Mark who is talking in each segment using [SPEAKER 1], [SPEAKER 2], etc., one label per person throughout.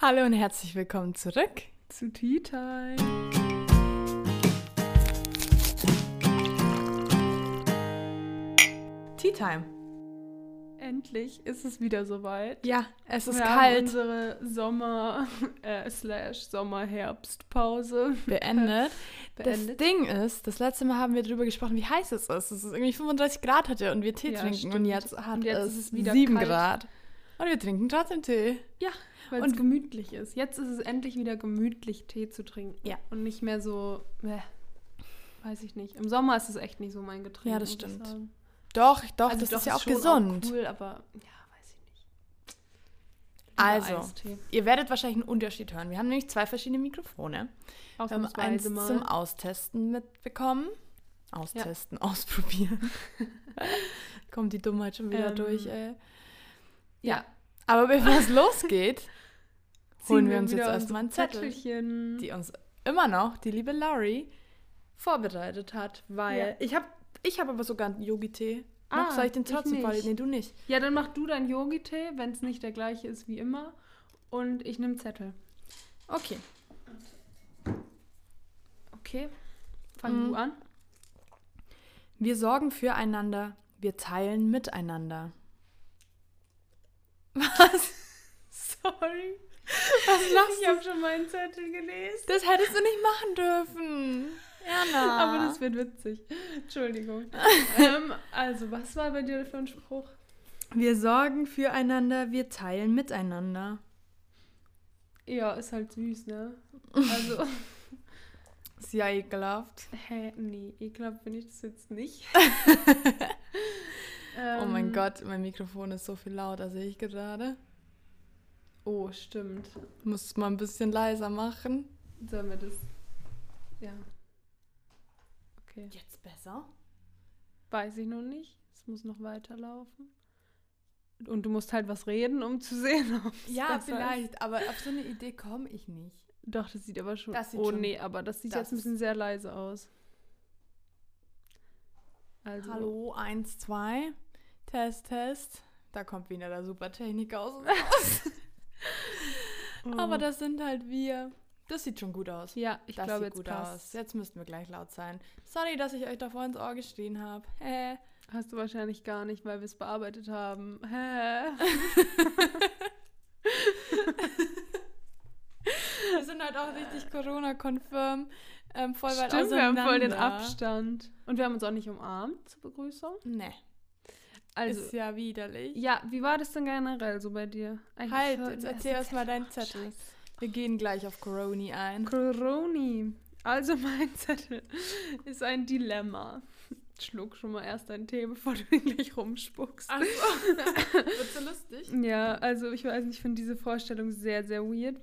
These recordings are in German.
[SPEAKER 1] Hallo und herzlich willkommen zurück zu Tea Time.
[SPEAKER 2] Tea Time.
[SPEAKER 1] Endlich ist es wieder soweit.
[SPEAKER 2] Ja, es ist
[SPEAKER 1] Wir Haben
[SPEAKER 2] kalt.
[SPEAKER 1] unsere Sommer äh, slash Sommer-Herbstpause
[SPEAKER 2] Beendet.
[SPEAKER 1] beendet.
[SPEAKER 2] Das
[SPEAKER 1] Das
[SPEAKER 2] Ding ist, das letzte Mal haben wir darüber gesprochen, wie heiß es ist. Es ist irgendwie 35 Grad hatte und wir Tee
[SPEAKER 1] Ja,
[SPEAKER 2] trinken und
[SPEAKER 1] stimmt.
[SPEAKER 2] jetzt hat
[SPEAKER 1] Und jetzt
[SPEAKER 2] es,
[SPEAKER 1] ist es wieder
[SPEAKER 2] 7
[SPEAKER 1] kalt.
[SPEAKER 2] Grad. Und wir trinken trotzdem Tee.
[SPEAKER 1] ja, weil es
[SPEAKER 2] Und-
[SPEAKER 1] gemütlich ist. Jetzt ist es endlich wieder gemütlich, Tee zu trinken.
[SPEAKER 2] Ja.
[SPEAKER 1] Und nicht mehr so, äh, weiß ich nicht. Im Sommer ist es echt nicht so mein Getränk.
[SPEAKER 2] Ja, das
[SPEAKER 1] muss ich
[SPEAKER 2] stimmt.
[SPEAKER 1] sagen.
[SPEAKER 2] Doch, doch,
[SPEAKER 1] Also
[SPEAKER 2] das
[SPEAKER 1] doch,
[SPEAKER 2] ist ja auch
[SPEAKER 1] schon
[SPEAKER 2] gesund.
[SPEAKER 1] cool, aber ja, weiß ich nicht. Lieber
[SPEAKER 2] Also,
[SPEAKER 1] Eistee.
[SPEAKER 2] Ihr werdet wahrscheinlich einen Unterschied hören. Wir haben nämlich zwei verschiedene Mikrofone. Wir haben eins
[SPEAKER 1] Ausnahmsweise mal.
[SPEAKER 2] zum Austesten mitbekommen. Austesten, ausprobieren. Kommt die Dummheit schon wieder
[SPEAKER 1] Ähm,
[SPEAKER 2] durch, ey.
[SPEAKER 1] ja.
[SPEAKER 2] Aber bevor es losgeht, holen
[SPEAKER 1] Ziehen
[SPEAKER 2] wir uns jetzt
[SPEAKER 1] wieder
[SPEAKER 2] erstmal einen
[SPEAKER 1] unsere
[SPEAKER 2] Zettel.
[SPEAKER 1] Zettelchen.
[SPEAKER 2] die uns immer noch, die liebe Laurie, vorbereitet hat, weil
[SPEAKER 1] Ja.
[SPEAKER 2] ich habe ich hab aber sogar einen Yogi-Tee. Noch
[SPEAKER 1] Ah,
[SPEAKER 2] soll ich den
[SPEAKER 1] ich
[SPEAKER 2] trotzdem
[SPEAKER 1] nicht.
[SPEAKER 2] vorbereiten? Nee, du nicht.
[SPEAKER 1] Ja, dann mach du deinen Yogi-Tee, wenn es nicht der gleiche ist wie immer. Und ich nehme Zettel.
[SPEAKER 2] Okay.
[SPEAKER 1] Okay, fang
[SPEAKER 2] Mhm.
[SPEAKER 1] du an.
[SPEAKER 2] Wir sorgen füreinander, wir teilen miteinander. Was?
[SPEAKER 1] Sorry,
[SPEAKER 2] Was lachst
[SPEAKER 1] ich
[SPEAKER 2] du?
[SPEAKER 1] habe schon meinen Zettel gelesen.
[SPEAKER 2] Das hättest du nicht machen dürfen. Erna.
[SPEAKER 1] Aber das wird witzig. Entschuldigung. ähm, also, was war bei dir für ein Spruch?
[SPEAKER 2] wir sorgen füreinander, wir teilen miteinander.
[SPEAKER 1] Ja, ist halt süß, ne? Also,
[SPEAKER 2] Ist ja ekelhaft.
[SPEAKER 1] hä, nee, ekelhaft bin ich das jetzt nicht.
[SPEAKER 2] oh mein
[SPEAKER 1] Ähm,
[SPEAKER 2] Gott, mein Mikrofon ist so viel lauter, sehe ich gerade.
[SPEAKER 1] Oh, stimmt.
[SPEAKER 2] Muss es mal ein bisschen leiser machen.
[SPEAKER 1] Sollen wir das. Ja. Okay.
[SPEAKER 2] Jetzt besser?
[SPEAKER 1] Weiß ich noch nicht. Es muss noch weiterlaufen. Und du musst halt was reden, um zu sehen, ob es
[SPEAKER 2] Ja,
[SPEAKER 1] besser Ist.
[SPEAKER 2] vielleicht, aber auf so eine Idee komme ich nicht.
[SPEAKER 1] Doch, das sieht aber schon.
[SPEAKER 2] Das sieht
[SPEAKER 1] oh
[SPEAKER 2] schon-
[SPEAKER 1] nee, aber das sieht
[SPEAKER 2] das
[SPEAKER 1] jetzt ein bisschen sehr leise aus. Also,
[SPEAKER 2] Hallo, 1, 2. Test, Test. Da kommt wieder der Supertechniker aus. uns.
[SPEAKER 1] oh.
[SPEAKER 2] aber das sind halt wir. Das sieht schon gut aus.
[SPEAKER 1] Ja, ich
[SPEAKER 2] das
[SPEAKER 1] glaube,
[SPEAKER 2] sieht
[SPEAKER 1] jetzt
[SPEAKER 2] gut aus.
[SPEAKER 1] passt.
[SPEAKER 2] Jetzt müssten wir gleich laut sein. Sorry, dass ich euch davor ins Ohr geschrien habe. Hä?
[SPEAKER 1] Hast du wahrscheinlich gar nicht, weil wir es bearbeitet haben. Hä?
[SPEAKER 2] Wir sind halt auch richtig Corona-konfirm. Ähm, voll weit
[SPEAKER 1] Stimmt, wir haben voll den
[SPEAKER 2] auseinander.
[SPEAKER 1] Abstand. Und wir haben uns auch nicht umarmt zur Begrüßung.
[SPEAKER 2] Nee,
[SPEAKER 1] Also,
[SPEAKER 2] ist ja widerlich.
[SPEAKER 1] ja, wie war das denn generell so bei dir? Eigentlich
[SPEAKER 2] Halt,
[SPEAKER 1] sollten
[SPEAKER 2] jetzt
[SPEAKER 1] wir
[SPEAKER 2] erzähl
[SPEAKER 1] erst
[SPEAKER 2] erst
[SPEAKER 1] den
[SPEAKER 2] mal deinen Zettel. Wir gehen gleich auf Corona ein.
[SPEAKER 1] Coroni. Also mein Zettel ist ein Dilemma. Schluck schon mal erst deinen Tee, bevor du ihn gleich rumspuckst.
[SPEAKER 2] Ach so. Wird so lustig.
[SPEAKER 1] Ja, also ich weiß nicht, ich finde diese Vorstellung sehr, sehr weird.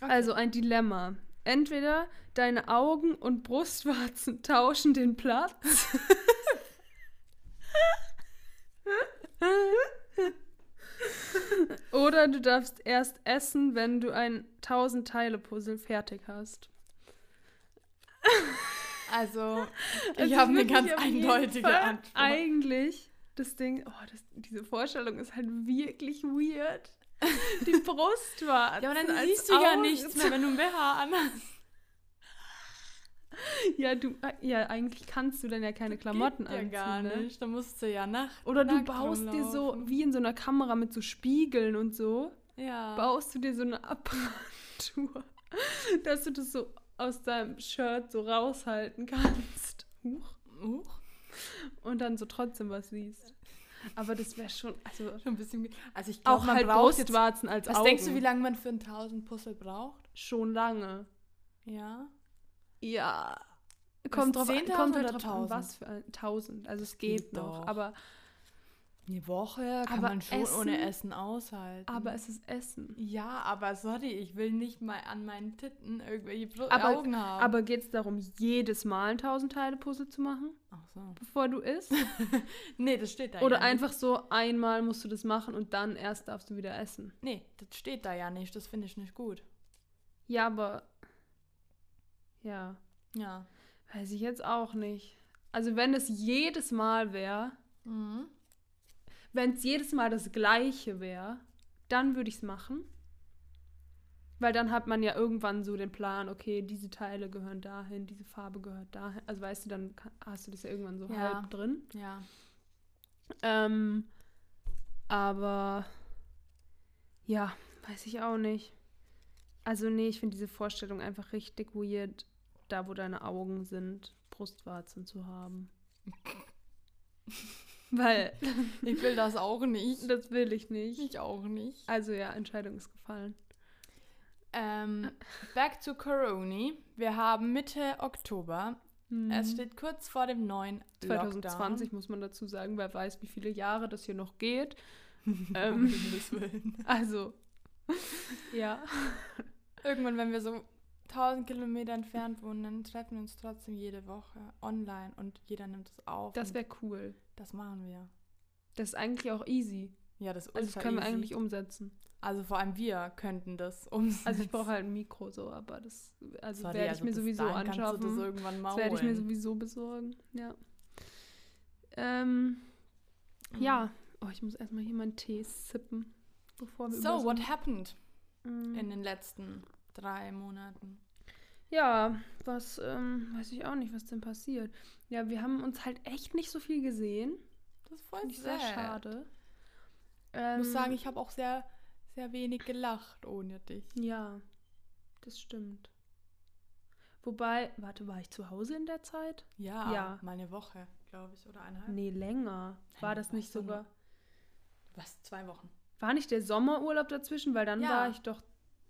[SPEAKER 1] Also ein Dilemma. Entweder deine Augen und Brustwarzen tauschen den Platz. Oder du darfst erst essen, wenn du ein 1000-Teile-Puzzle fertig hast.
[SPEAKER 2] Also,
[SPEAKER 1] Es
[SPEAKER 2] ich
[SPEAKER 1] ist
[SPEAKER 2] habe eine
[SPEAKER 1] wirklich
[SPEAKER 2] ganz
[SPEAKER 1] auf jeden
[SPEAKER 2] eindeutige
[SPEAKER 1] Fall
[SPEAKER 2] Antwort.
[SPEAKER 1] Eigentlich, das Ding, oh, das, diese Vorstellung ist halt wirklich weird. Die Brustwarzen.
[SPEAKER 2] ja, aber dann
[SPEAKER 1] als
[SPEAKER 2] siehst du ja
[SPEAKER 1] Augen-
[SPEAKER 2] nichts mehr, wenn du ein BH anhast.
[SPEAKER 1] Ja, du, äh, ja, eigentlich kannst du dann ja keine Klamotten
[SPEAKER 2] Geht ja
[SPEAKER 1] anziehen.
[SPEAKER 2] gar
[SPEAKER 1] Ne?
[SPEAKER 2] nicht. Dann musst du ja nackt.
[SPEAKER 1] Oder du
[SPEAKER 2] nackt
[SPEAKER 1] baust dir so,
[SPEAKER 2] rumlaufen.
[SPEAKER 1] wie in so einer Kamera mit so Spiegeln und so,
[SPEAKER 2] Ja.
[SPEAKER 1] baust du dir so eine Apparatur, dass du das so aus deinem Shirt so raushalten kannst. Huch.
[SPEAKER 2] Huch,
[SPEAKER 1] Und dann so trotzdem was siehst. Aber das wäre schon, also
[SPEAKER 2] schon ein bisschen. ge- Also, ich glaube,
[SPEAKER 1] auch
[SPEAKER 2] man
[SPEAKER 1] halt
[SPEAKER 2] braucht jetzt.
[SPEAKER 1] Brustwarzen als
[SPEAKER 2] Was
[SPEAKER 1] Augen.
[SPEAKER 2] denkst du, wie lange man für ein 1000 Puzzle braucht?
[SPEAKER 1] Schon lange.
[SPEAKER 2] Ja.
[SPEAKER 1] Ja.
[SPEAKER 2] Bis
[SPEAKER 1] Kommt drauf, an-
[SPEAKER 2] 10.000
[SPEAKER 1] kommt halt
[SPEAKER 2] oder
[SPEAKER 1] drauf an,
[SPEAKER 2] 1.000?
[SPEAKER 1] was für ein 1000. Also es
[SPEAKER 2] Geht
[SPEAKER 1] geht noch,
[SPEAKER 2] doch.
[SPEAKER 1] aber,
[SPEAKER 2] Eine Woche kann
[SPEAKER 1] Aber
[SPEAKER 2] man schon
[SPEAKER 1] Essen-
[SPEAKER 2] ohne Essen aushalten.
[SPEAKER 1] aber es ist Essen.
[SPEAKER 2] Ja, aber sorry, ich will nicht mal an meinen Titten irgendwelche Blu
[SPEAKER 1] Aber-
[SPEAKER 2] Augen haben.
[SPEAKER 1] Aber geht es darum, jedes Mal ein 1000 Teile Puzzle zu machen,
[SPEAKER 2] Ach so.
[SPEAKER 1] bevor du isst?
[SPEAKER 2] Nee, das steht da
[SPEAKER 1] Oder
[SPEAKER 2] ja nicht.
[SPEAKER 1] einfach so einmal musst du das machen und dann erst darfst du wieder essen?
[SPEAKER 2] Nee, das steht da ja nicht. Das finde ich nicht gut.
[SPEAKER 1] Ja, aber ja,
[SPEAKER 2] Ja.
[SPEAKER 1] weiß ich jetzt auch nicht. Also wenn es jedes Mal wäre,
[SPEAKER 2] Mhm.
[SPEAKER 1] wenn es jedes Mal das gleiche wäre, dann würde ich es machen. Weil dann hat man ja irgendwann so den Plan, okay, diese Teile gehören dahin, diese Farbe gehört dahin. Also weißt du, dann kann- hast du das ja irgendwann so
[SPEAKER 2] Ja.
[SPEAKER 1] halb drin.
[SPEAKER 2] Ja.
[SPEAKER 1] Ähm, aber ja, weiß ich auch nicht. Also nee, ich finde diese Vorstellung einfach richtig weird, da wo deine Augen sind, Brustwarzen zu haben. Weil
[SPEAKER 2] Ich will das auch nicht.
[SPEAKER 1] das will ich nicht.
[SPEAKER 2] Ich auch nicht.
[SPEAKER 1] Also ja, Entscheidung ist gefallen.
[SPEAKER 2] Ähm, back to Corona. Wir haben Mitte Oktober.
[SPEAKER 1] Hm.
[SPEAKER 2] Es steht kurz vor dem neuen
[SPEAKER 1] 2020 muss man dazu sagen, wer weiß, wie viele Jahre das hier noch geht.
[SPEAKER 2] Lockdown.
[SPEAKER 1] ähm,
[SPEAKER 2] Um Himmels Willen.
[SPEAKER 1] also ja.
[SPEAKER 2] Irgendwann, wenn wir so 1000 Kilometer entfernt wohnen, dann treffen wir uns trotzdem jede Woche online und jeder nimmt es auf.
[SPEAKER 1] Das
[SPEAKER 2] und
[SPEAKER 1] wäre cool.
[SPEAKER 2] das machen wir.
[SPEAKER 1] Das ist eigentlich auch easy.
[SPEAKER 2] Ja, das ist
[SPEAKER 1] Also
[SPEAKER 2] ultra
[SPEAKER 1] das können wir
[SPEAKER 2] easy.
[SPEAKER 1] eigentlich umsetzen.
[SPEAKER 2] Also vor allem wir könnten das umsetzen.
[SPEAKER 1] Also ich brauche halt ein Mikro so, aber das also
[SPEAKER 2] Sorry,
[SPEAKER 1] werde ich
[SPEAKER 2] also
[SPEAKER 1] mir
[SPEAKER 2] bis
[SPEAKER 1] sowieso
[SPEAKER 2] dahin kannst du Das,
[SPEAKER 1] anschaffen.
[SPEAKER 2] irgendwann
[SPEAKER 1] Das werde ich mir
[SPEAKER 2] maulen.
[SPEAKER 1] sowieso besorgen. Ja. Ähm,
[SPEAKER 2] Mhm.
[SPEAKER 1] ja. Oh, ich muss erstmal hier meinen Tee sippen, bevor wir über
[SPEAKER 2] So, what happened
[SPEAKER 1] Mm.
[SPEAKER 2] in den letzten drei Monaten?
[SPEAKER 1] Ja, was ähm, weiß ich auch nicht, was denn passiert. Ja, wir haben uns halt echt nicht so viel gesehen.
[SPEAKER 2] Das ist voll
[SPEAKER 1] Finde ich sehr
[SPEAKER 2] sad.
[SPEAKER 1] schade.
[SPEAKER 2] Ich muss
[SPEAKER 1] Ähm,
[SPEAKER 2] sagen, ich habe auch sehr, sehr wenig gelacht ohne dich.
[SPEAKER 1] Ähm, Ja, das stimmt. Wobei, warte, war ich zu Hause in der Zeit?
[SPEAKER 2] Ja,
[SPEAKER 1] Ja.
[SPEAKER 2] mal eine Woche, glaube ich, oder eineinhalb.
[SPEAKER 1] Nee, länger. War
[SPEAKER 2] Nein,
[SPEAKER 1] das
[SPEAKER 2] war
[SPEAKER 1] nicht
[SPEAKER 2] so
[SPEAKER 1] sogar.
[SPEAKER 2] Was, zwei Wochen?
[SPEAKER 1] War nicht der Sommerurlaub dazwischen? Weil dann
[SPEAKER 2] Ja.
[SPEAKER 1] war ich doch.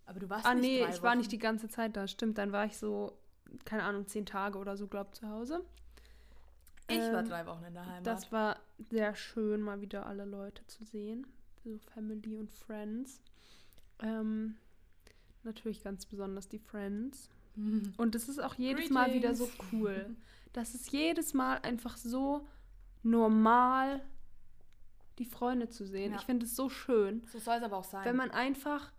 [SPEAKER 2] Aber du warst
[SPEAKER 1] ah,
[SPEAKER 2] nicht
[SPEAKER 1] nee,
[SPEAKER 2] drei
[SPEAKER 1] ich war
[SPEAKER 2] Wochen.
[SPEAKER 1] nicht die ganze Zeit da. Stimmt, dann war ich so, keine Ahnung, zehn Tage oder so, glaub zu Hause.
[SPEAKER 2] Ich war
[SPEAKER 1] Ähm,
[SPEAKER 2] drei Wochen in der Heimat.
[SPEAKER 1] Das war sehr schön, mal wieder alle Leute zu sehen. So Family und Friends. Ähm, natürlich ganz besonders die Friends.
[SPEAKER 2] Mhm.
[SPEAKER 1] Und es ist auch jedes Mal wieder so
[SPEAKER 2] Greetings.
[SPEAKER 1] cool. Das ist jedes Mal einfach so normal, die Freunde zu sehen.
[SPEAKER 2] Ja.
[SPEAKER 1] Ich finde es so schön.
[SPEAKER 2] So soll es aber auch sein.
[SPEAKER 1] Wenn man einfach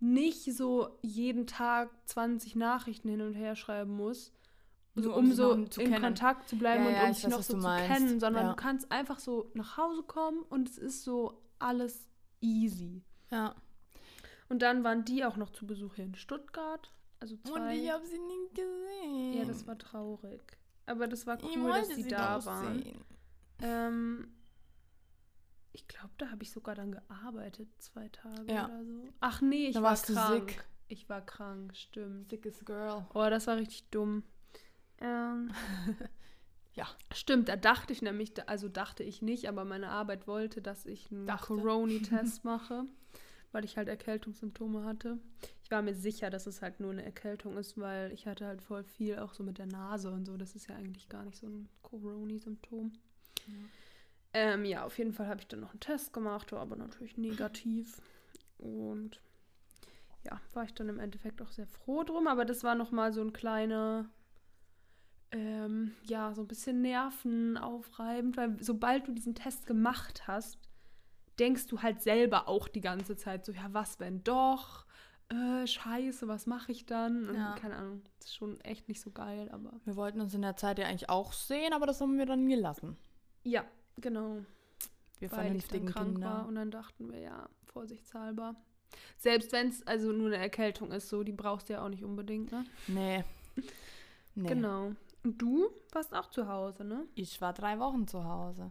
[SPEAKER 1] nicht so jeden Tag 20 Nachrichten hin und her schreiben muss, so,
[SPEAKER 2] Nur
[SPEAKER 1] um
[SPEAKER 2] sie noch
[SPEAKER 1] so
[SPEAKER 2] um zu
[SPEAKER 1] in
[SPEAKER 2] kennen.
[SPEAKER 1] Kontakt zu bleiben
[SPEAKER 2] Ja,
[SPEAKER 1] und
[SPEAKER 2] ja,
[SPEAKER 1] um
[SPEAKER 2] ich
[SPEAKER 1] sich
[SPEAKER 2] weiß,
[SPEAKER 1] noch
[SPEAKER 2] was
[SPEAKER 1] so
[SPEAKER 2] du
[SPEAKER 1] zu
[SPEAKER 2] meinst.
[SPEAKER 1] kennen, sondern
[SPEAKER 2] Ja.
[SPEAKER 1] du kannst einfach so nach Hause kommen und es ist so alles easy.
[SPEAKER 2] ja.
[SPEAKER 1] Und dann waren die auch noch zu Besuch hier in Stuttgart. Also zwei.
[SPEAKER 2] Und ich habe sie nie gesehen.
[SPEAKER 1] ja, das war traurig. Aber das war
[SPEAKER 2] Ich
[SPEAKER 1] cool, dass
[SPEAKER 2] wollte
[SPEAKER 1] die
[SPEAKER 2] sie
[SPEAKER 1] da
[SPEAKER 2] doch
[SPEAKER 1] waren.
[SPEAKER 2] sehen.
[SPEAKER 1] Ähm, ich glaube, da habe ich sogar dann gearbeitet, zwei Tage
[SPEAKER 2] Ja.
[SPEAKER 1] oder so. Ach nee, ich
[SPEAKER 2] Da
[SPEAKER 1] war
[SPEAKER 2] warst du
[SPEAKER 1] krank.
[SPEAKER 2] sick.
[SPEAKER 1] Ich war krank, stimmt.
[SPEAKER 2] Sickest Girl.
[SPEAKER 1] Oh, das war richtig dumm. Ähm,
[SPEAKER 2] Ja.
[SPEAKER 1] Stimmt, da dachte ich nämlich, da- also dachte ich nicht, aber meine Arbeit wollte, dass ich einen
[SPEAKER 2] Dachte.
[SPEAKER 1] Corona-Test mache, weil ich halt Erkältungssymptome hatte. Ich war mir sicher, dass es halt nur eine Erkältung ist, weil ich hatte halt voll viel auch so mit der Nase und so. Das ist ja eigentlich gar nicht so ein Corona-Symptom.
[SPEAKER 2] Ja.
[SPEAKER 1] Ähm, ja, auf jeden Fall habe ich dann noch einen Test gemacht, war aber natürlich negativ. Und ja, war ich dann im Endeffekt auch sehr froh drum. Aber das war nochmal so ein kleiner, ähm, ja, so ein bisschen nervenaufreibend, weil sobald du diesen Test gemacht hast, denkst du halt selber auch die ganze Zeit so, ja, was wenn doch? Äh, scheiße, was mache ich dann? Und
[SPEAKER 2] Ja.
[SPEAKER 1] keine Ahnung, das ist schon echt nicht so geil, aber
[SPEAKER 2] Wir wollten uns in der Zeit ja eigentlich auch sehen, aber das haben wir dann gelassen.
[SPEAKER 1] ja, genau.
[SPEAKER 2] Wir
[SPEAKER 1] weil ich
[SPEAKER 2] vernünftigen
[SPEAKER 1] dann krank war
[SPEAKER 2] Kinder.
[SPEAKER 1] und dann dachten wir ja, vorsichtshalber. Selbst wenn es also nur eine Erkältung ist, so, die brauchst du ja auch nicht unbedingt, ne?
[SPEAKER 2] Nee. nee.
[SPEAKER 1] Genau. Und du warst auch zu Hause, ne?
[SPEAKER 2] Ich war drei Wochen zu Hause.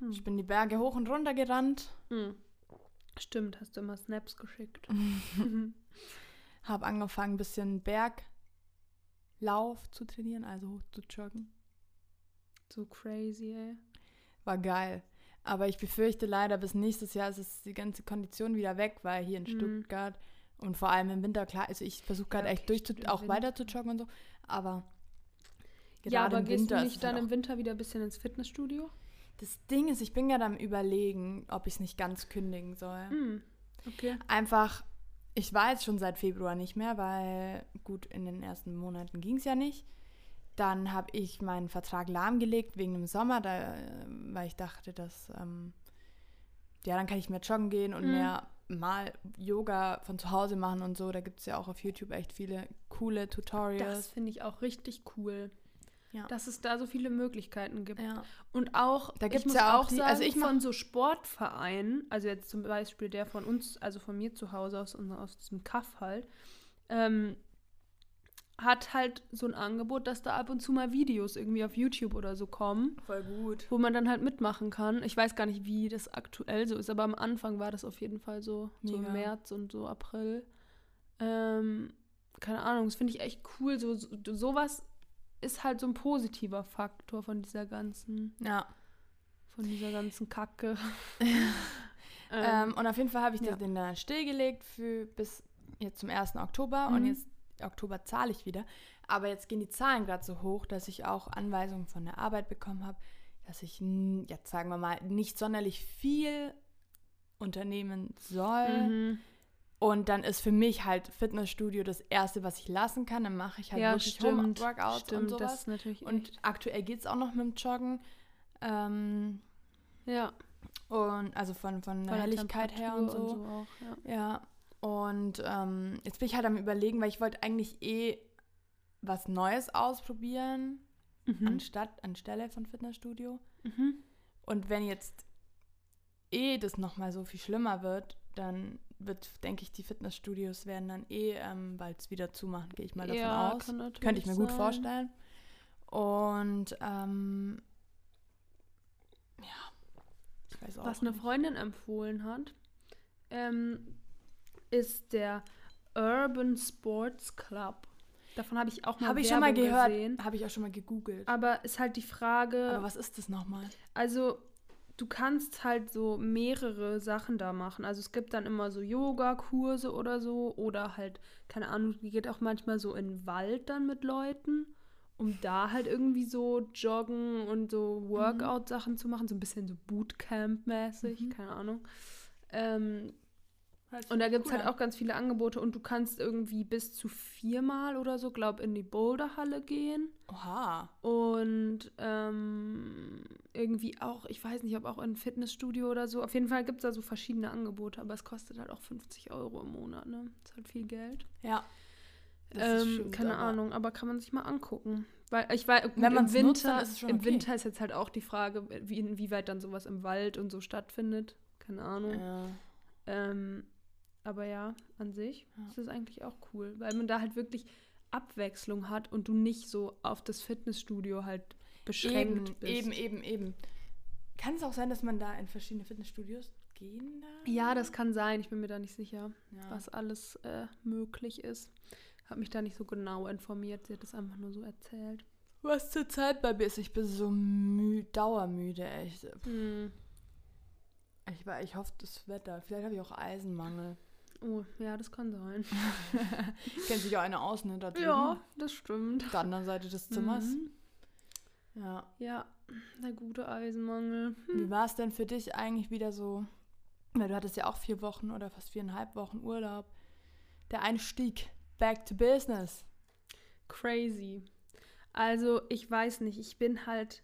[SPEAKER 1] Hm.
[SPEAKER 2] Ich bin die Berge hoch und runter gerannt,
[SPEAKER 1] Hm. Stimmt, hast du immer Snaps geschickt.
[SPEAKER 2] habe angefangen, ein bisschen Berglauf zu trainieren, also hoch zu joggen.
[SPEAKER 1] so crazy, ey.
[SPEAKER 2] War geil. Aber ich befürchte leider, bis nächstes Jahr ist es die ganze Kondition wieder weg, weil hier in
[SPEAKER 1] Mhm.
[SPEAKER 2] Stuttgart und vor allem im Winter, klar, also ich versuche gerade
[SPEAKER 1] Ja,
[SPEAKER 2] echt
[SPEAKER 1] okay,
[SPEAKER 2] durch
[SPEAKER 1] stimmt, im
[SPEAKER 2] auch weiter zu
[SPEAKER 1] Winter.
[SPEAKER 2] joggen und so, aber
[SPEAKER 1] ja,
[SPEAKER 2] gerade im
[SPEAKER 1] aber gehst
[SPEAKER 2] Winter
[SPEAKER 1] du
[SPEAKER 2] ist
[SPEAKER 1] nicht
[SPEAKER 2] es
[SPEAKER 1] dann
[SPEAKER 2] halt auch-
[SPEAKER 1] im Winter wieder ein bisschen ins Fitnessstudio?
[SPEAKER 2] Das Ding ist, ich bin gerade am überlegen, ob ich es nicht ganz kündigen soll.
[SPEAKER 1] Hm. Okay.
[SPEAKER 2] Einfach, ich war jetzt schon seit Februar nicht mehr, weil gut, in den ersten Monaten ging es ja nicht. Dann habe ich meinen Vertrag lahmgelegt wegen dem Sommer, da, äh, weil ich dachte, dass, ähm, ja, dann kann ich mehr joggen gehen und
[SPEAKER 1] Mhm.
[SPEAKER 2] mehr mal Yoga von zu Hause machen und so. Da gibt es ja auch auf YouTube echt viele coole
[SPEAKER 1] Das
[SPEAKER 2] Tutorials.
[SPEAKER 1] finde ich auch richtig cool.
[SPEAKER 2] Ja.
[SPEAKER 1] Dass es da so viele Möglichkeiten gibt.
[SPEAKER 2] ja.
[SPEAKER 1] Und auch,
[SPEAKER 2] Da
[SPEAKER 1] ich
[SPEAKER 2] gibt's
[SPEAKER 1] muss
[SPEAKER 2] ja auch die-
[SPEAKER 1] sagen,
[SPEAKER 2] also ich mach-
[SPEAKER 1] von so Sportvereinen, also jetzt zum Beispiel der von uns, also von mir zu Hause aus, unser- aus diesem Kaff halt, ähm, hat halt so ein Angebot, dass da ab und zu mal Videos irgendwie auf YouTube oder so kommen,
[SPEAKER 2] Voll gut.
[SPEAKER 1] wo man dann halt mitmachen kann. Ich weiß gar nicht, wie das aktuell so ist, aber am Anfang war das auf jeden Fall so, so im
[SPEAKER 2] Mega.
[SPEAKER 1] März und so April. Ähm, keine Ahnung, das finde ich echt cool. So, so, sowas ist halt so ein positiver Faktor von dieser ganzen,
[SPEAKER 2] Ja.
[SPEAKER 1] von dieser ganzen Kacke.
[SPEAKER 2] Ähm, und auf jeden Fall habe ich
[SPEAKER 1] ja.
[SPEAKER 2] den dann stillgelegt für bis jetzt zum 1. Oktober und
[SPEAKER 1] Mhm.
[SPEAKER 2] jetzt Oktober zahle ich wieder. Aber jetzt gehen die Zahlen gerade so hoch, dass ich auch Anweisungen von der Arbeit bekommen habe, dass ich n- jetzt sagen wir mal nicht sonderlich viel unternehmen soll.
[SPEAKER 1] mhm.
[SPEAKER 2] Und dann ist für mich halt Fitnessstudio das erste, was ich lassen kann. Dann mache ich halt wirklich Home-Workouts und
[SPEAKER 1] stimmt, das
[SPEAKER 2] sowas.
[SPEAKER 1] ist natürlich
[SPEAKER 2] Und
[SPEAKER 1] echt-
[SPEAKER 2] aktuell geht es auch noch mit dem Joggen. Ähm,
[SPEAKER 1] ja,
[SPEAKER 2] und also von, von der Helligkeit her und so.
[SPEAKER 1] Temperatur auch, ja.
[SPEAKER 2] Ja, und ähm, jetzt bin ich halt am Überlegen, weil ich wollte eigentlich eh was Neues ausprobieren,
[SPEAKER 1] Mhm.
[SPEAKER 2] anstatt, anstelle von Fitnessstudio.
[SPEAKER 1] Mhm.
[SPEAKER 2] Und wenn jetzt eh das nochmal so viel schlimmer wird, dann wird, denke ich, die Fitnessstudios werden dann eh ähm, bald wieder zumachen, gehe ich mal davon
[SPEAKER 1] Ja,
[SPEAKER 2] aus.
[SPEAKER 1] kann natürlich
[SPEAKER 2] Könnte ich mir gut
[SPEAKER 1] sein.
[SPEAKER 2] vorstellen. Und ähm, ja, ich weiß auch
[SPEAKER 1] Was eine
[SPEAKER 2] nicht.
[SPEAKER 1] Freundin empfohlen hat, ähm, ist der Urban Sports Club. Davon habe ich auch mal,
[SPEAKER 2] Habe ich schon mal
[SPEAKER 1] Werbung
[SPEAKER 2] gehört,
[SPEAKER 1] gesehen.
[SPEAKER 2] habe ich auch schon mal gegoogelt.
[SPEAKER 1] Aber ist halt die Frage,
[SPEAKER 2] Aber was ist das nochmal?
[SPEAKER 1] Also, du kannst halt so mehrere Sachen da machen. Also, es gibt dann immer so Yoga-Kurse oder so. Oder halt, keine Ahnung, die geht auch manchmal so in den Wald dann mit Leuten, um da halt irgendwie so Joggen und so Workout-Sachen zu machen. So ein bisschen so Bootcamp-mäßig, keine Ahnung. Ähm, und da gibt es halt auch ganz viele Angebote. Und du kannst irgendwie bis zu viermal oder so, glaube in die Boulderhalle gehen.
[SPEAKER 2] Oha.
[SPEAKER 1] Und ähm, irgendwie auch, ich weiß nicht, ob auch in Fitnessstudio oder so. Auf jeden Fall gibt es da so verschiedene Angebote, aber es kostet halt auch 50 Euro im Monat, ne? Ist halt viel Geld.
[SPEAKER 2] Ja.
[SPEAKER 1] Ähm, keine Ahnung, aber kann man sich mal angucken. Weil ich weiß, gut,
[SPEAKER 2] Wenn man's
[SPEAKER 1] im Winter,
[SPEAKER 2] nutzt, dann ist es schon
[SPEAKER 1] im
[SPEAKER 2] okay.
[SPEAKER 1] Winter ist jetzt halt auch die Frage, wie, inwieweit dann sowas im Wald und so stattfindet. Keine Ahnung.
[SPEAKER 2] Ja.
[SPEAKER 1] Ähm, aber ja, an sich
[SPEAKER 2] Ja.
[SPEAKER 1] ist es eigentlich auch cool, weil man da halt wirklich Abwechslung hat und du nicht so auf das Fitnessstudio halt beschränkt
[SPEAKER 2] Eben,
[SPEAKER 1] bist.
[SPEAKER 2] eben, eben, eben. Kann es auch sein, dass man da in verschiedene Fitnessstudios gehen darf?
[SPEAKER 1] Ja, das kann sein. Ich bin mir da nicht sicher,
[SPEAKER 2] Ja.
[SPEAKER 1] was alles äh, möglich ist. Habe mich da nicht so genau informiert. Sie hat es einfach nur so erzählt.
[SPEAKER 2] Was zur Zeit bei mir ist, ich bin so mü dauermüde, echt.
[SPEAKER 1] Hm.
[SPEAKER 2] Ich, war, ich hoffe, das Wetter. Vielleicht habe ich auch Eisenmangel.
[SPEAKER 1] Oh, ja, das kann sein.
[SPEAKER 2] Kennt sich ja einer aus, ne? Da drüben.
[SPEAKER 1] Ja, das stimmt.
[SPEAKER 2] Auf der anderen Seite des Zimmers.
[SPEAKER 1] Mhm.
[SPEAKER 2] Ja.
[SPEAKER 1] Ja, der gute Eisenmangel.
[SPEAKER 2] Wie war es denn für dich eigentlich wieder so? Weil du hattest ja auch vier Wochen oder fast viereinhalb Wochen Urlaub. Der Einstieg back to business.
[SPEAKER 1] Crazy. Also, ich weiß nicht, ich bin halt.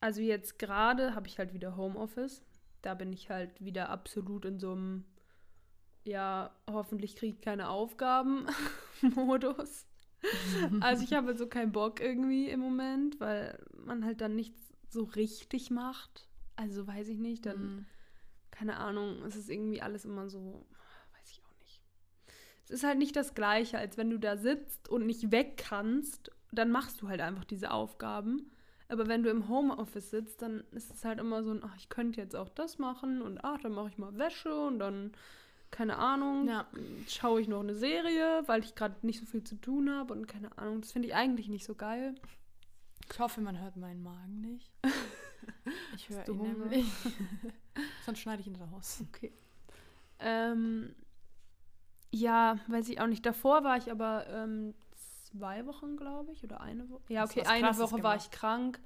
[SPEAKER 1] Also, jetzt gerade habe ich halt wieder Homeoffice. Da bin ich halt wieder absolut in so einem, ja, hoffentlich kriege ich keine Aufgaben Modus. Also, ich habe so keinen Bock irgendwie im Moment, weil man halt dann nichts so richtig macht. Also, weiß ich nicht, dann
[SPEAKER 2] Mhm.
[SPEAKER 1] keine Ahnung, es ist irgendwie alles immer so, weiß ich auch nicht. Es ist halt nicht das Gleiche, als wenn du da sitzt und nicht weg kannst, dann machst du halt einfach diese Aufgaben. Aber wenn du im Homeoffice sitzt, dann ist es halt immer so ein, ach, ich könnte jetzt auch das machen und ach, dann mache ich mal Wäsche und dann, keine Ahnung,
[SPEAKER 2] Ja.
[SPEAKER 1] schaue ich noch eine Serie, weil ich gerade nicht so viel zu tun habe und keine Ahnung, das finde ich eigentlich nicht so geil.
[SPEAKER 2] Ich hoffe, man hört meinen Magen nicht. Ich höre
[SPEAKER 1] Hast du
[SPEAKER 2] ihn
[SPEAKER 1] Hunger?
[SPEAKER 2] nämlich. Sonst schneide ich ihn raus.
[SPEAKER 1] Okay. Ähm, ja, weiß ich auch nicht. Davor war ich aber ähm, zwei Wochen, glaube ich, oder eine Woche. Ja,
[SPEAKER 2] Hast
[SPEAKER 1] okay,
[SPEAKER 2] was
[SPEAKER 1] eine
[SPEAKER 2] Krasses
[SPEAKER 1] Woche war
[SPEAKER 2] gemacht.
[SPEAKER 1] ich krank,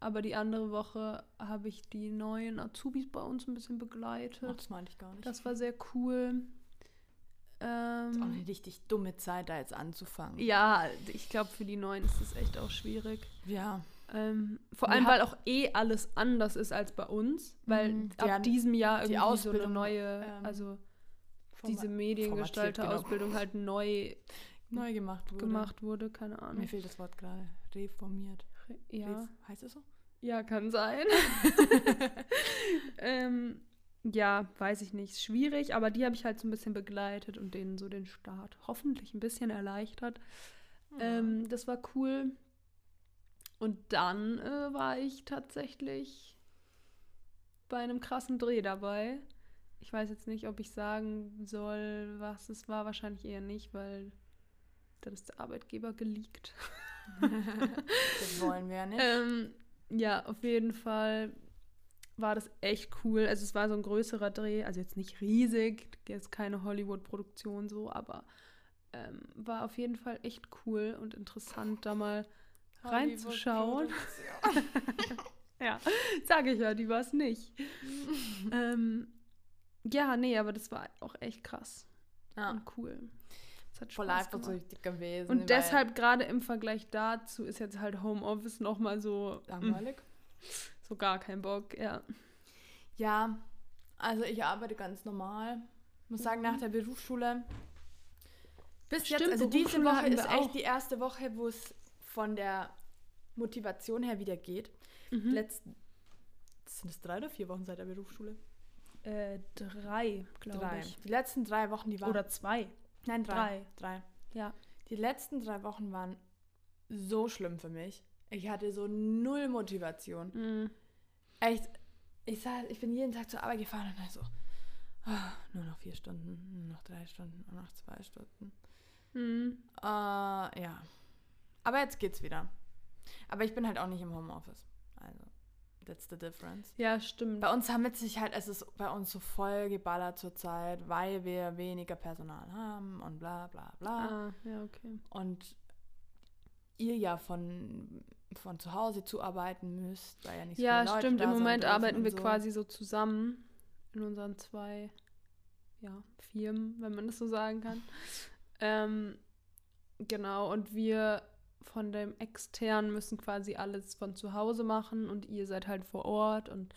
[SPEAKER 1] aber die andere Woche habe ich die neuen Azubis bei uns ein bisschen
[SPEAKER 2] Ach,
[SPEAKER 1] begleitet.
[SPEAKER 2] das meine ich gar nicht.
[SPEAKER 1] Das war sehr cool.
[SPEAKER 2] ist auch
[SPEAKER 1] Ähm,
[SPEAKER 2] eine richtig dumme Zeit, da jetzt anzufangen.
[SPEAKER 1] ja, ich glaube, für die neuen ist es echt auch schwierig.
[SPEAKER 2] Ja.
[SPEAKER 1] Ähm, vor
[SPEAKER 2] Wir
[SPEAKER 1] allem,
[SPEAKER 2] hab-
[SPEAKER 1] weil auch eh alles anders ist als bei uns, weil
[SPEAKER 2] Mhm, die
[SPEAKER 1] ab
[SPEAKER 2] haben
[SPEAKER 1] diesem Jahr
[SPEAKER 2] die
[SPEAKER 1] irgendwie so eine
[SPEAKER 2] Ausbildung,
[SPEAKER 1] neue,
[SPEAKER 2] ähm,
[SPEAKER 1] also
[SPEAKER 2] Diese
[SPEAKER 1] diese Mediengestalter-Ausbildung halt neu
[SPEAKER 2] neu gemacht wurde.
[SPEAKER 1] gemacht wurde, keine
[SPEAKER 2] genau. Mir
[SPEAKER 1] Ahnung.
[SPEAKER 2] fehlt das Wort gerade. Reformiert.
[SPEAKER 1] Ja,
[SPEAKER 2] Ref heißt es so?
[SPEAKER 1] ja kann sein. ähm, ja, weiß ich nicht, ist schwierig, aber die habe ich halt so ein bisschen begleitet und denen so den Start hoffentlich ein bisschen erleichtert. Ähm, das war cool. Und dann äh, war ich tatsächlich bei einem krassen Dreh dabei. Ich weiß jetzt nicht, ob ich sagen soll, was es war. Wahrscheinlich eher nicht, weil dann ist der Arbeitgeber geleakt.
[SPEAKER 2] das wollen wir ja nicht.
[SPEAKER 1] Ähm, ja, auf jeden Fall war das echt cool. Also es war so ein größerer Dreh, also jetzt nicht riesig, jetzt keine Hollywood-Produktion so, aber ähm, war auf jeden Fall echt cool und interessant, da mal reinzuschauen. Ja, sage ich ja, die war es nicht. ähm, ja, nee, aber das war auch echt krass
[SPEAKER 2] ja,
[SPEAKER 1] und cool. Es hat
[SPEAKER 2] Ah. voll
[SPEAKER 1] Spaß
[SPEAKER 2] einfach
[SPEAKER 1] gemacht.
[SPEAKER 2] süchtig gewesen.
[SPEAKER 1] Und
[SPEAKER 2] weil-
[SPEAKER 1] deshalb gerade im Vergleich dazu ist jetzt halt Homeoffice nochmal so, mm,
[SPEAKER 2] Langweilig.
[SPEAKER 1] so gar kein Bock, ja.
[SPEAKER 2] Ja, also ich arbeite ganz normal. Muss sagen, nach der Berufsschule. Bis jetzt,
[SPEAKER 1] Mhm. Stimmt,
[SPEAKER 2] also diese
[SPEAKER 1] Berufsschule
[SPEAKER 2] Woche
[SPEAKER 1] hatten
[SPEAKER 2] ist
[SPEAKER 1] wir
[SPEAKER 2] echt
[SPEAKER 1] auch.
[SPEAKER 2] die erste Woche, wo es von der Motivation her wieder geht.
[SPEAKER 1] Mhm.
[SPEAKER 2] Letzten, sind es drei oder vier Wochen seit der Berufsschule?
[SPEAKER 1] Äh, drei, glaube ich.
[SPEAKER 2] Die letzten drei Wochen, die waren.
[SPEAKER 1] Oder zwei.
[SPEAKER 2] nein,
[SPEAKER 1] drei.
[SPEAKER 2] drei.
[SPEAKER 1] Ja.
[SPEAKER 2] Die letzten drei Wochen waren so schlimm für mich. Ich hatte so null Motivation.
[SPEAKER 1] Mhm.
[SPEAKER 2] Echt, ich, saß, ich bin jeden Tag zur Arbeit gefahren und dann so, ah, nur noch vier Stunden, nur noch drei Stunden, nur noch zwei Stunden.
[SPEAKER 1] Mhm.
[SPEAKER 2] Äh, ja. Aber jetzt geht's wieder. Aber ich bin halt auch nicht im Homeoffice. Also, that's the difference.
[SPEAKER 1] Ja, stimmt.
[SPEAKER 2] Bei uns haben wir sich halt, es ist bei uns so voll geballert zurzeit, weil wir weniger Personal haben und bla bla bla.
[SPEAKER 1] Ah, ja, okay.
[SPEAKER 2] Und ihr ja von, von zu Hause zuarbeiten müsst, weil ja nicht so
[SPEAKER 1] ja,
[SPEAKER 2] viele Leute
[SPEAKER 1] stimmt.
[SPEAKER 2] da
[SPEAKER 1] Im
[SPEAKER 2] sind
[SPEAKER 1] Moment
[SPEAKER 2] und
[SPEAKER 1] arbeiten wir
[SPEAKER 2] so.
[SPEAKER 1] quasi so zusammen in unseren zwei ja, Firmen, wenn man das so sagen kann. Ähm, genau, und wir von dem externen müssen quasi alles von zu Hause machen und ihr seid halt vor Ort und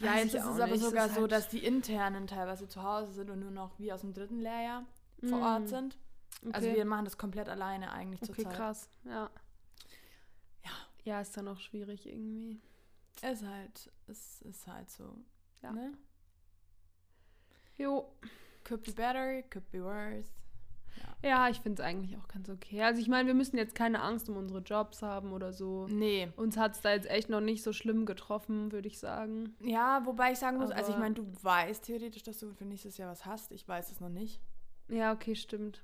[SPEAKER 2] Ja,
[SPEAKER 1] Weiß
[SPEAKER 2] jetzt
[SPEAKER 1] ich
[SPEAKER 2] ist
[SPEAKER 1] auch
[SPEAKER 2] es aber
[SPEAKER 1] nicht.
[SPEAKER 2] sogar
[SPEAKER 1] Es ist
[SPEAKER 2] so,
[SPEAKER 1] halt-
[SPEAKER 2] dass die internen teilweise zu Hause sind und nur noch wie aus dem dritten Lehrjahr vor
[SPEAKER 1] Mm,
[SPEAKER 2] Ort sind.
[SPEAKER 1] Okay.
[SPEAKER 2] Also wir machen das komplett alleine eigentlich
[SPEAKER 1] okay,
[SPEAKER 2] zurzeit.
[SPEAKER 1] krass. Ja.
[SPEAKER 2] Ja.
[SPEAKER 1] Ja, ist dann auch schwierig irgendwie.
[SPEAKER 2] Ist halt, es ist halt so.
[SPEAKER 1] Ja.
[SPEAKER 2] Ne?
[SPEAKER 1] Jo.
[SPEAKER 2] Could be better, could be worse.
[SPEAKER 1] Ja, ich finde es eigentlich auch ganz okay. Also ich meine, wir müssen jetzt keine Angst um unsere Jobs haben oder so.
[SPEAKER 2] Nee.
[SPEAKER 1] Uns hat es da jetzt echt noch nicht so schlimm getroffen, würde ich sagen.
[SPEAKER 2] Ja, wobei ich sagen muss, also ich
[SPEAKER 1] Aber-
[SPEAKER 2] meine, du weißt theoretisch, dass du für nächstes Jahr was hast. Ich weiß es noch nicht.
[SPEAKER 1] Ja, okay, stimmt.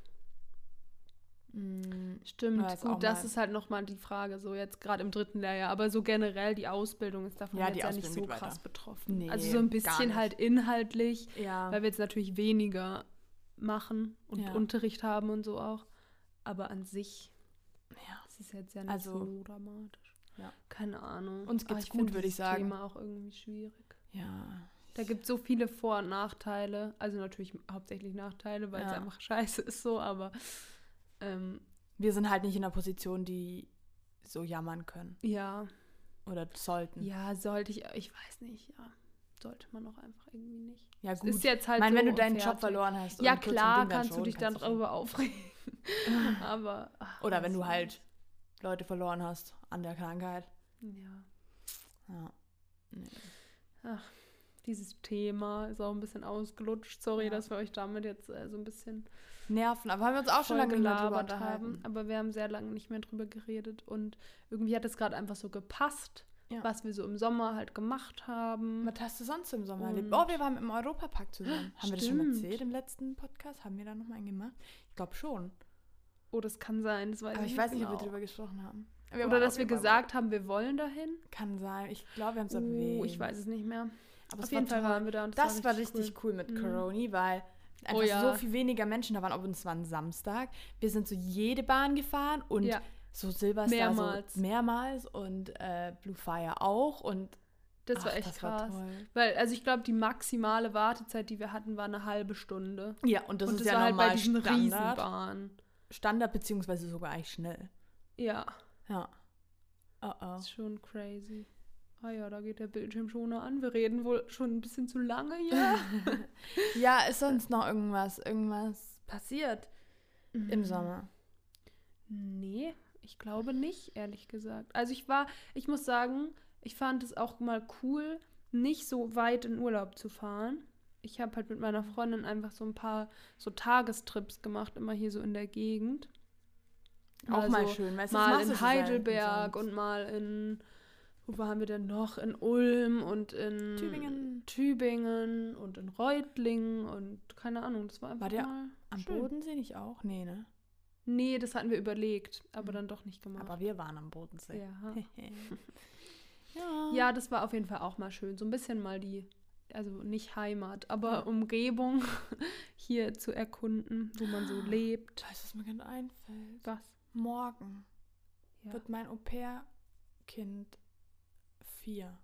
[SPEAKER 2] Mm,
[SPEAKER 1] Stimmt.
[SPEAKER 2] Ja, ist auch
[SPEAKER 1] Gut, das
[SPEAKER 2] mal-
[SPEAKER 1] ist halt nochmal die Frage, so jetzt gerade im dritten Lehrjahr. Aber so generell, die Ausbildung ist davon
[SPEAKER 2] Ja,
[SPEAKER 1] jetzt
[SPEAKER 2] die
[SPEAKER 1] ja nicht so
[SPEAKER 2] Ausbildung geht
[SPEAKER 1] krass
[SPEAKER 2] weiter.
[SPEAKER 1] betroffen.
[SPEAKER 2] Nee,
[SPEAKER 1] also so ein
[SPEAKER 2] gar
[SPEAKER 1] bisschen
[SPEAKER 2] nicht.
[SPEAKER 1] halt inhaltlich,
[SPEAKER 2] Ja.
[SPEAKER 1] weil wir jetzt natürlich weniger machen und
[SPEAKER 2] Ja.
[SPEAKER 1] Unterricht haben und so auch. Aber an sich
[SPEAKER 2] ja.
[SPEAKER 1] ist es jetzt ja nicht
[SPEAKER 2] Also-
[SPEAKER 1] so dramatisch.
[SPEAKER 2] Ja.
[SPEAKER 1] Keine Ahnung.
[SPEAKER 2] Uns
[SPEAKER 1] Aber
[SPEAKER 2] geht's
[SPEAKER 1] ich
[SPEAKER 2] gut,
[SPEAKER 1] find
[SPEAKER 2] würde ich
[SPEAKER 1] dieses
[SPEAKER 2] sagen.
[SPEAKER 1] Thema auch irgendwie schwierig.
[SPEAKER 2] Ja.
[SPEAKER 1] Da gibt es so viele Vor- und Nachteile. Also natürlich hauptsächlich Nachteile, weil es
[SPEAKER 2] Ja.
[SPEAKER 1] einfach scheiße ist so, aber ähm,
[SPEAKER 2] Wir sind halt nicht in einer Position, die so jammern können
[SPEAKER 1] ja,
[SPEAKER 2] oder sollten.
[SPEAKER 1] ja, sollte ich, ich weiß nicht, ja. Sollte man auch einfach irgendwie nicht.
[SPEAKER 2] Ja,
[SPEAKER 1] Es ist jetzt halt
[SPEAKER 2] ich meine,
[SPEAKER 1] so
[SPEAKER 2] wenn du deinen
[SPEAKER 1] und
[SPEAKER 2] Job
[SPEAKER 1] fertig.
[SPEAKER 2] verloren hast.
[SPEAKER 1] Ja,
[SPEAKER 2] und kurz und
[SPEAKER 1] klar
[SPEAKER 2] dünn, dann
[SPEAKER 1] kannst du
[SPEAKER 2] schon,
[SPEAKER 1] dich dann
[SPEAKER 2] kannst du schon.
[SPEAKER 1] darüber aufregen. aber. ach,
[SPEAKER 2] Oder wenn
[SPEAKER 1] weiß
[SPEAKER 2] du
[SPEAKER 1] ich
[SPEAKER 2] halt Leute verloren hast an der Krankheit.
[SPEAKER 1] nicht. Ja.
[SPEAKER 2] Ja. Nee.
[SPEAKER 1] Dieses Thema ist auch ein bisschen ausgelutscht. Sorry,
[SPEAKER 2] Ja.
[SPEAKER 1] dass wir euch damit jetzt äh, so ein bisschen
[SPEAKER 2] Nerven, aber haben wir uns auch schon
[SPEAKER 1] voll
[SPEAKER 2] lange nicht mehr drüber
[SPEAKER 1] gelabert
[SPEAKER 2] unterhalten.
[SPEAKER 1] haben, aber wir haben sehr lange nicht mehr drüber geredet und irgendwie hat es gerade einfach so gepasst,
[SPEAKER 2] Ja.
[SPEAKER 1] was wir so im Sommer halt gemacht haben.
[SPEAKER 2] Was hast du sonst im Sommer
[SPEAKER 1] Und-
[SPEAKER 2] erlebt? Oh, wir waren im Europapark zusammen. Haben wir das schon
[SPEAKER 1] Stimmt.
[SPEAKER 2] erzählt im letzten Podcast? Haben wir da nochmal einen gemacht? Ich glaube schon.
[SPEAKER 1] Oh, das kann sein, das weiß
[SPEAKER 2] Aber
[SPEAKER 1] ich,
[SPEAKER 2] ich weiß nicht,
[SPEAKER 1] genau.
[SPEAKER 2] ob wir drüber gesprochen haben.
[SPEAKER 1] Oder dass wir gesagt haben, wir wollen dahin.
[SPEAKER 2] Kann sein. Ich glaube, wir haben es erwähnt.
[SPEAKER 1] Uh, ich weiß es nicht mehr.
[SPEAKER 2] Aber
[SPEAKER 1] Auf jeden Fall
[SPEAKER 2] toll.
[SPEAKER 1] waren wir da und
[SPEAKER 2] Das, war richtig cool, mit
[SPEAKER 1] Mhm.
[SPEAKER 2] Corona, weil einfach
[SPEAKER 1] Oh ja.
[SPEAKER 2] so viel weniger Menschen da waren. Ob uns war ein Samstag. Wir sind so jede Bahn gefahren und
[SPEAKER 1] Ja.
[SPEAKER 2] so Silvester
[SPEAKER 1] Mehrmals.
[SPEAKER 2] So mehrmals und äh, Blue Fire auch und
[SPEAKER 1] Das war
[SPEAKER 2] ach,
[SPEAKER 1] echt krass.
[SPEAKER 2] toll.
[SPEAKER 1] Weil, also ich glaube, die maximale Wartezeit, die wir hatten, war eine halbe Stunde.
[SPEAKER 2] Ja, und das
[SPEAKER 1] und
[SPEAKER 2] ist
[SPEAKER 1] das
[SPEAKER 2] ja
[SPEAKER 1] war halt
[SPEAKER 2] normal
[SPEAKER 1] bei diesen
[SPEAKER 2] Standard,
[SPEAKER 1] Riesenbahnen.
[SPEAKER 2] Standard beziehungsweise sogar eigentlich schnell.
[SPEAKER 1] Ja,
[SPEAKER 2] Ja. Oh oh.
[SPEAKER 1] das ist schon crazy. Ah ja, da geht der Bildschirm schon noch an. Wir reden wohl schon ein bisschen zu lange hier.
[SPEAKER 2] Ja, ist sonst noch irgendwas, irgendwas passiert im
[SPEAKER 1] Mhm.
[SPEAKER 2] Sommer?
[SPEAKER 1] Nee, ich glaube nicht, ehrlich gesagt. Also ich war, ich muss sagen, ich fand es auch mal cool, nicht so weit in Urlaub zu fahren. Ich habe halt mit meiner Freundin einfach so ein paar so Tagestrips gemacht, immer hier so in der Gegend.
[SPEAKER 2] Auch mal
[SPEAKER 1] Also,
[SPEAKER 2] schön. Weißt, du, das
[SPEAKER 1] mal
[SPEAKER 2] machst du
[SPEAKER 1] in
[SPEAKER 2] so selten
[SPEAKER 1] Heidelberg
[SPEAKER 2] sonst.
[SPEAKER 1] und mal in, wo waren wir denn noch? In Ulm und in
[SPEAKER 2] Tübingen.
[SPEAKER 1] Tübingen und in Reutlingen und keine Ahnung, das war einfach
[SPEAKER 2] War der
[SPEAKER 1] mal
[SPEAKER 2] Am
[SPEAKER 1] schön.
[SPEAKER 2] Bodensee nicht auch? Nee, ne?
[SPEAKER 1] Nee, das hatten wir überlegt, aber
[SPEAKER 2] Mhm.
[SPEAKER 1] dann doch nicht gemacht.
[SPEAKER 2] Aber wir waren am Bodensee.
[SPEAKER 1] ja.
[SPEAKER 2] ja.
[SPEAKER 1] ja, das war auf jeden Fall auch mal schön. So ein bisschen mal die, also nicht Heimat, aber Umgebung hier zu erkunden, wo man so lebt.
[SPEAKER 2] Weißt du, was mir gerade einfällt?
[SPEAKER 1] Was?
[SPEAKER 2] Morgen
[SPEAKER 1] Ja.
[SPEAKER 2] wird mein Au-pair-Kind vier.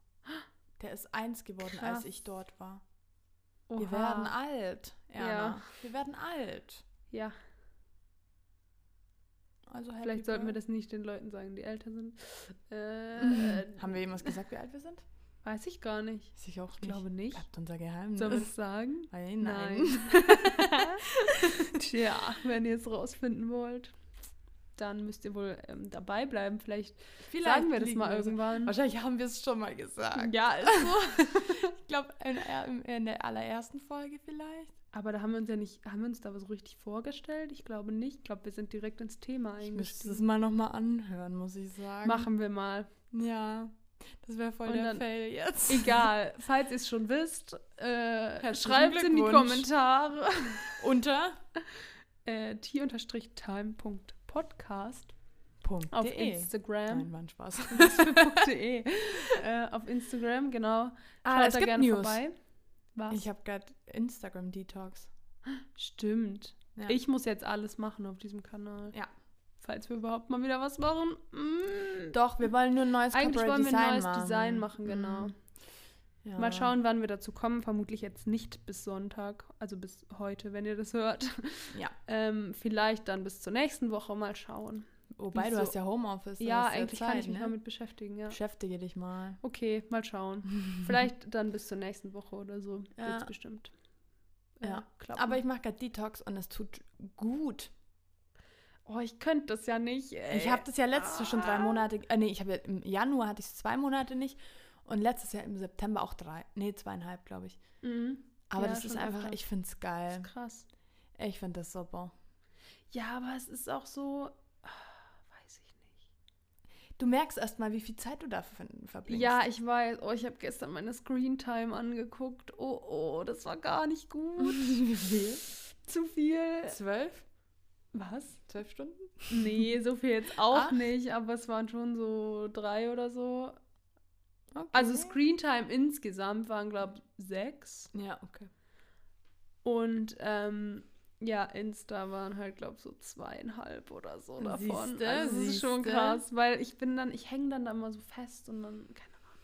[SPEAKER 2] Der ist eins geworden,
[SPEAKER 1] Krass.
[SPEAKER 2] als ich dort war.
[SPEAKER 1] Oha.
[SPEAKER 2] Wir werden alt, Erna.
[SPEAKER 1] Ja.
[SPEAKER 2] Wir werden alt.
[SPEAKER 1] Ja,
[SPEAKER 2] Also happy
[SPEAKER 1] vielleicht sollten wir
[SPEAKER 2] birth-
[SPEAKER 1] das nicht den Leuten sagen, die älter sind. Äh,
[SPEAKER 2] Haben wir jemals gesagt, wie alt wir sind?
[SPEAKER 1] Weiß ich gar nicht.
[SPEAKER 2] Ich auch
[SPEAKER 1] Ich glaube nicht.
[SPEAKER 2] Bleibt unser Geheimnis.
[SPEAKER 1] Sollen wir es sagen?
[SPEAKER 2] Weil nein.
[SPEAKER 1] Tja, wenn ihr es rausfinden wollt, dann müsst ihr wohl ähm, dabei bleiben. Vielleicht,
[SPEAKER 2] Vielleicht
[SPEAKER 1] sagen wir das
[SPEAKER 2] liegen
[SPEAKER 1] mal
[SPEAKER 2] so.
[SPEAKER 1] irgendwann.
[SPEAKER 2] Wahrscheinlich haben wir es schon mal gesagt.
[SPEAKER 1] Ja, ist so.
[SPEAKER 2] Ich glaube, in, in, in der allerersten Folge vielleicht.
[SPEAKER 1] Aber da haben wir uns ja nicht, haben wir uns da was richtig vorgestellt? Ich glaube nicht. Ich glaube, wir sind direkt ins Thema
[SPEAKER 2] Ich müsste
[SPEAKER 1] eingestiegen.
[SPEAKER 2] es mal nochmal anhören, muss ich sagen.
[SPEAKER 1] Machen wir mal.
[SPEAKER 2] Ja. Das wäre voll
[SPEAKER 1] Und
[SPEAKER 2] der
[SPEAKER 1] dann-
[SPEAKER 2] Fail jetzt.
[SPEAKER 1] Egal, falls ihr es schon wisst, äh,
[SPEAKER 2] Herzlichen
[SPEAKER 1] schreibt es in die
[SPEAKER 2] Glückwunsch.
[SPEAKER 1] Kommentare.
[SPEAKER 2] Unter
[SPEAKER 1] Äh, t-time.podcast
[SPEAKER 2] Punkt.
[SPEAKER 1] auf E.
[SPEAKER 2] De.
[SPEAKER 1] Instagram.
[SPEAKER 2] Nein, war ein Spaß.
[SPEAKER 1] .de. äh, auf Instagram, genau. Schaut
[SPEAKER 2] Ah, es
[SPEAKER 1] da
[SPEAKER 2] gibt
[SPEAKER 1] gerne
[SPEAKER 2] News.
[SPEAKER 1] vorbei. Was?
[SPEAKER 2] Ich habe gerade Instagram-Detox.
[SPEAKER 1] Stimmt.
[SPEAKER 2] Ja.
[SPEAKER 1] Ich muss jetzt alles machen auf diesem Kanal.
[SPEAKER 2] Ja.
[SPEAKER 1] Falls wir überhaupt mal wieder was machen. Mm.
[SPEAKER 2] Doch, wir wollen nur ein neues
[SPEAKER 1] Eigentlich
[SPEAKER 2] Corporate
[SPEAKER 1] wollen wir
[SPEAKER 2] Design
[SPEAKER 1] ein neues
[SPEAKER 2] machen.
[SPEAKER 1] Design machen, genau.
[SPEAKER 2] Mhm. Ja.
[SPEAKER 1] Mal schauen, wann wir dazu kommen. Vermutlich jetzt nicht bis Sonntag, also bis heute, wenn ihr das hört.
[SPEAKER 2] Ja.
[SPEAKER 1] Ähm, vielleicht dann bis zur nächsten Woche mal schauen.
[SPEAKER 2] Wobei, du
[SPEAKER 1] so-
[SPEAKER 2] hast ja Homeoffice. da
[SPEAKER 1] ja,
[SPEAKER 2] hast du
[SPEAKER 1] eigentlich
[SPEAKER 2] Zeit,
[SPEAKER 1] kann ich mich
[SPEAKER 2] ne?
[SPEAKER 1] damit beschäftigen, ja.
[SPEAKER 2] Beschäftige dich mal.
[SPEAKER 1] Okay, mal schauen. Vielleicht dann bis zur nächsten Woche oder so.
[SPEAKER 2] Ja.
[SPEAKER 1] Wird's bestimmt. äh,
[SPEAKER 2] Ja.
[SPEAKER 1] klappen.
[SPEAKER 2] Aber ich mache gerade Detox und es tut gut.
[SPEAKER 1] Oh, ich könnte das ja nicht. Ey.
[SPEAKER 2] Ich habe das ja letztes Jahr schon drei Monate, äh, nee, ich habe ja im Januar hatte ich es zwei Monate nicht und letztes Jahr im September auch drei, nee, zweieinhalb, glaube ich.
[SPEAKER 1] Mhm.
[SPEAKER 2] Aber
[SPEAKER 1] Ja,
[SPEAKER 2] das ist
[SPEAKER 1] schon
[SPEAKER 2] einfach,
[SPEAKER 1] öfter.
[SPEAKER 2] ich finde es
[SPEAKER 1] Das
[SPEAKER 2] geil.
[SPEAKER 1] ist krass.
[SPEAKER 2] Ich finde das super.
[SPEAKER 1] Ähm. Ja, aber es ist auch so. ah, Weiß ich nicht.
[SPEAKER 2] Du merkst erst mal, wie viel Zeit du da ver- verbringst.
[SPEAKER 1] Ja, ich weiß. Oh, ich habe gestern meine Screen Time angeguckt. Oh, oh, das war gar nicht gut.
[SPEAKER 2] Wie viel?
[SPEAKER 1] Zu viel.
[SPEAKER 2] Zwölf?
[SPEAKER 1] Was? Ah.
[SPEAKER 2] Zwölf Stunden?
[SPEAKER 1] Nee, so viel jetzt auch
[SPEAKER 2] Acht?
[SPEAKER 1] nicht, aber es waren schon so drei oder so.
[SPEAKER 2] Okay.
[SPEAKER 1] Also Screen Time insgesamt waren, glaube ich, sechs.
[SPEAKER 2] Ja, okay.
[SPEAKER 1] Und ähm, ja, Insta waren halt, glaube so zweieinhalb oder so davon.
[SPEAKER 2] Siehste,
[SPEAKER 1] also es ist schon
[SPEAKER 2] siehste.
[SPEAKER 1] krass, weil ich bin dann, ich hänge dann da immer so fest und dann, keine Ahnung.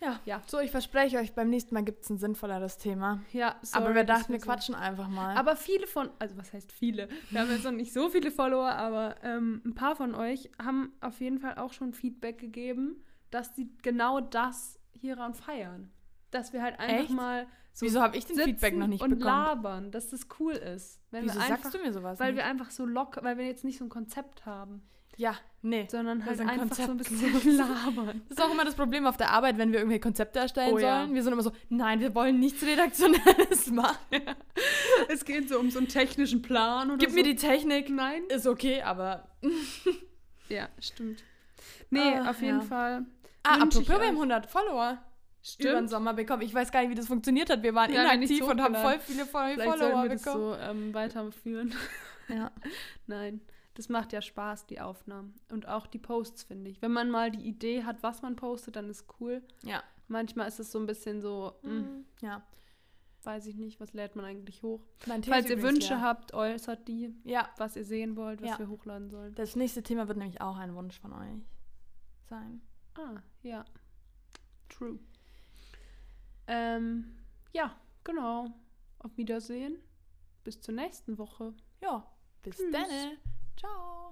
[SPEAKER 2] Ja.
[SPEAKER 1] Ja.
[SPEAKER 2] So, ich verspreche euch, beim nächsten Mal gibt es ein sinnvolleres Thema.
[SPEAKER 1] Ja, sorry,
[SPEAKER 2] aber wir
[SPEAKER 1] dass
[SPEAKER 2] dachten, wir
[SPEAKER 1] so-
[SPEAKER 2] quatschen einfach mal.
[SPEAKER 1] Aber viele von, also was heißt viele? Wir haben jetzt noch nicht so viele Follower, aber ähm, ein paar von euch haben auf jeden Fall auch schon Feedback gegeben, dass sie genau das hieran feiern. Dass wir halt einfach
[SPEAKER 2] Echt?
[SPEAKER 1] mal so
[SPEAKER 2] Wieso habe ich den
[SPEAKER 1] sitzen
[SPEAKER 2] Feedback noch nicht
[SPEAKER 1] und
[SPEAKER 2] bekommen?
[SPEAKER 1] labern, dass das cool ist. Wenn
[SPEAKER 2] Wieso
[SPEAKER 1] wir einfach,
[SPEAKER 2] sagst du mir sowas?
[SPEAKER 1] Weil
[SPEAKER 2] nicht?
[SPEAKER 1] wir einfach so locker, weil wir jetzt nicht so ein Konzept haben,
[SPEAKER 2] ja, nee.
[SPEAKER 1] sondern
[SPEAKER 2] Wir
[SPEAKER 1] halt
[SPEAKER 2] sind
[SPEAKER 1] einfach so ein bisschen
[SPEAKER 2] konzeptlos.
[SPEAKER 1] labern.
[SPEAKER 2] Das ist auch immer das Problem auf der Arbeit, wenn wir irgendwelche Konzepte erstellen
[SPEAKER 1] Oh ja.
[SPEAKER 2] sollen. Wir sind immer so, nein, wir wollen nichts Redaktionelles machen.
[SPEAKER 1] Es geht so um so einen technischen Plan oder
[SPEAKER 2] Gib mir die Technik.
[SPEAKER 1] Nein.
[SPEAKER 2] Ist okay, aber.
[SPEAKER 1] Ja, stimmt. Nee,
[SPEAKER 2] Ah,
[SPEAKER 1] auf jeden
[SPEAKER 2] ja.
[SPEAKER 1] Fall.
[SPEAKER 2] Ah,
[SPEAKER 1] Wünsch ich
[SPEAKER 2] apropos, wir haben
[SPEAKER 1] euch.
[SPEAKER 2] 100 Follower über den
[SPEAKER 1] Stimmt.
[SPEAKER 2] Sommer bekommen. Ich weiß gar nicht, wie das funktioniert hat. Wir waren
[SPEAKER 1] Ja, wir haben nicht
[SPEAKER 2] inaktiv und haben
[SPEAKER 1] hochgeladen.
[SPEAKER 2] voll viele neue
[SPEAKER 1] Vielleicht sollten
[SPEAKER 2] Follower
[SPEAKER 1] wir das
[SPEAKER 2] bekommen.
[SPEAKER 1] so ähm, weiterführen.
[SPEAKER 2] Ja.
[SPEAKER 1] Nein, das macht ja Spaß, die Aufnahmen. Und auch die Posts, finde ich. Wenn man mal die Idee hat, was man postet, dann ist cool.
[SPEAKER 2] Ja.
[SPEAKER 1] Manchmal ist es so ein bisschen so, mh,
[SPEAKER 2] ja.
[SPEAKER 1] weiß ich nicht, was lädt man eigentlich hoch.
[SPEAKER 2] Mein Tee
[SPEAKER 1] Falls
[SPEAKER 2] ist
[SPEAKER 1] ihr
[SPEAKER 2] übrigens
[SPEAKER 1] Wünsche
[SPEAKER 2] leer.
[SPEAKER 1] habt, äußert die,
[SPEAKER 2] Ja,
[SPEAKER 1] was ihr sehen wollt, was
[SPEAKER 2] Ja.
[SPEAKER 1] wir hochladen sollen.
[SPEAKER 2] das nächste Thema wird nämlich auch ein Wunsch von euch sein.
[SPEAKER 1] Ah, ja. True. Ähm, ja, genau. Auf Wiedersehen. Bis zur nächsten Woche.
[SPEAKER 2] Ja, bis
[SPEAKER 1] Tschüss.
[SPEAKER 2] dann. Ciao.